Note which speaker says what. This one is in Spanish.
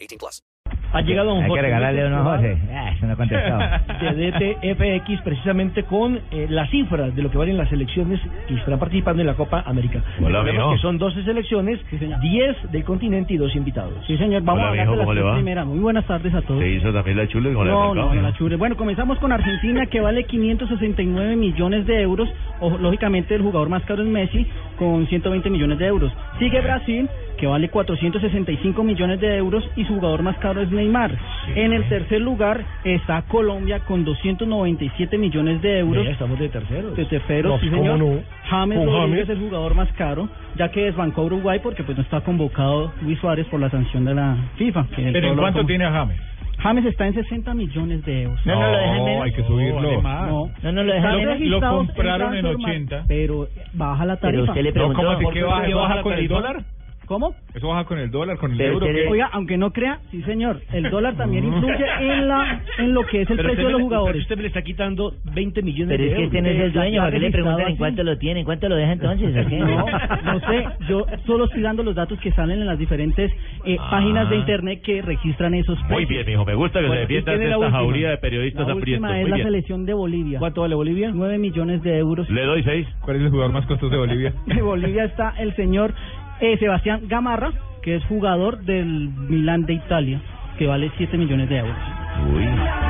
Speaker 1: 18 plus.
Speaker 2: Ha llegado don
Speaker 3: Hay
Speaker 2: Jorge
Speaker 3: que regalarle
Speaker 2: Enrique
Speaker 3: uno a José.
Speaker 2: Escobar
Speaker 3: Ah, eso no contestó.
Speaker 2: De DTFX precisamente con eh, las cifras de lo que valen las selecciones que estarán participando en la Copa América.
Speaker 4: Hola,
Speaker 2: Recordemos
Speaker 4: mijo.
Speaker 2: que son 12 selecciones, 10 del continente y 2 invitados.
Speaker 5: Sí, señor, vamos
Speaker 4: Hola,
Speaker 5: a hablar
Speaker 4: mijo,
Speaker 5: de
Speaker 4: ¿cómo
Speaker 5: las
Speaker 4: le
Speaker 5: tres
Speaker 4: va?
Speaker 5: primeras. Muy buenas tardes a todos.
Speaker 4: Se hizo también la chula y con
Speaker 5: No,
Speaker 4: el
Speaker 5: no,
Speaker 4: mercado.
Speaker 5: no, la chure. Bueno, comenzamos con Argentina, que vale 569 millones de euros. O, lógicamente, el jugador más caro es Messi, con 120 millones de euros. Sigue Brasil, que vale 465 millones de euros, y su jugador más caro es Neymar. En el tercer lugar está Colombia, con 297 millones de euros.
Speaker 2: Mira, estamos de terceros.
Speaker 5: De tercero,
Speaker 2: No,
Speaker 5: sí,
Speaker 2: ¿cómo
Speaker 5: señor.
Speaker 2: no?
Speaker 5: James
Speaker 2: Con
Speaker 5: Rodríguez
Speaker 2: James.
Speaker 5: es el jugador más caro, ya que desbancó a Uruguay porque pues no está convocado Luis Suárez por la sanción de la FIFA. que todos
Speaker 6: ¿Pero en
Speaker 5: lo
Speaker 6: cuánto
Speaker 5: conocen.
Speaker 6: tiene a James?
Speaker 5: James está en 60 millones de euros.
Speaker 3: No, no, lo dejan
Speaker 6: No,
Speaker 3: menos.
Speaker 6: hay que subirlo.
Speaker 5: No.
Speaker 3: No, no, lo dejan
Speaker 5: Están
Speaker 6: Lo-
Speaker 3: menos.
Speaker 6: lo
Speaker 5: registrados
Speaker 6: compraron en
Speaker 5: Transfer Mar-
Speaker 6: 80.
Speaker 5: Pero baja la
Speaker 3: Pero
Speaker 5: tarifa.
Speaker 3: usted le
Speaker 6: No,
Speaker 3: preguntó.
Speaker 6: ¿cómo así que baja?
Speaker 3: ¿Por qué
Speaker 6: ¿Eso baja
Speaker 3: la
Speaker 6: con el
Speaker 3: tarifa?
Speaker 6: dólar?
Speaker 5: ¿Cómo?
Speaker 6: ¿Eso baja con el dólar, con el
Speaker 3: Pero
Speaker 6: euro?
Speaker 3: usted
Speaker 6: ¿qué?
Speaker 3: le-
Speaker 5: Oiga, aunque no crea, sí señor, el dólar también influye en la en lo que es el precio de los jugadores.
Speaker 2: usted le está quitando 20 millones
Speaker 3: Pero es que este no es el dueño. ¿Para qué le preguntan en
Speaker 5: así?
Speaker 3: cuánto lo tiene? ¿En cuánto lo deja entonces? ¿O qué?
Speaker 5: No, no sé, yo solo estoy dando los datos que salen en las diferentes eh,
Speaker 2: Ah.
Speaker 5: páginas de internet que registran esos precios.
Speaker 4: Muy bien, mijo. Me gusta que se
Speaker 5: Bueno, ¿y
Speaker 4: defiendan
Speaker 5: quién
Speaker 4: de
Speaker 5: es la
Speaker 4: esta
Speaker 5: última?
Speaker 4: jauría de periodistas
Speaker 5: La
Speaker 4: aprietos.
Speaker 5: última
Speaker 4: Muy
Speaker 5: es la
Speaker 4: bien.
Speaker 5: selección de Bolivia.
Speaker 2: ¿Cuánto vale Bolivia?
Speaker 5: 9 millones de euros.
Speaker 4: Le doy seis.
Speaker 6: ¿Cuál es el jugador más costoso de Bolivia?
Speaker 5: De Bolivia está el señor eh, Sebastián Gamarra, que es jugador del Milán de Italia, que vale 7 millones de euros.
Speaker 4: Uy.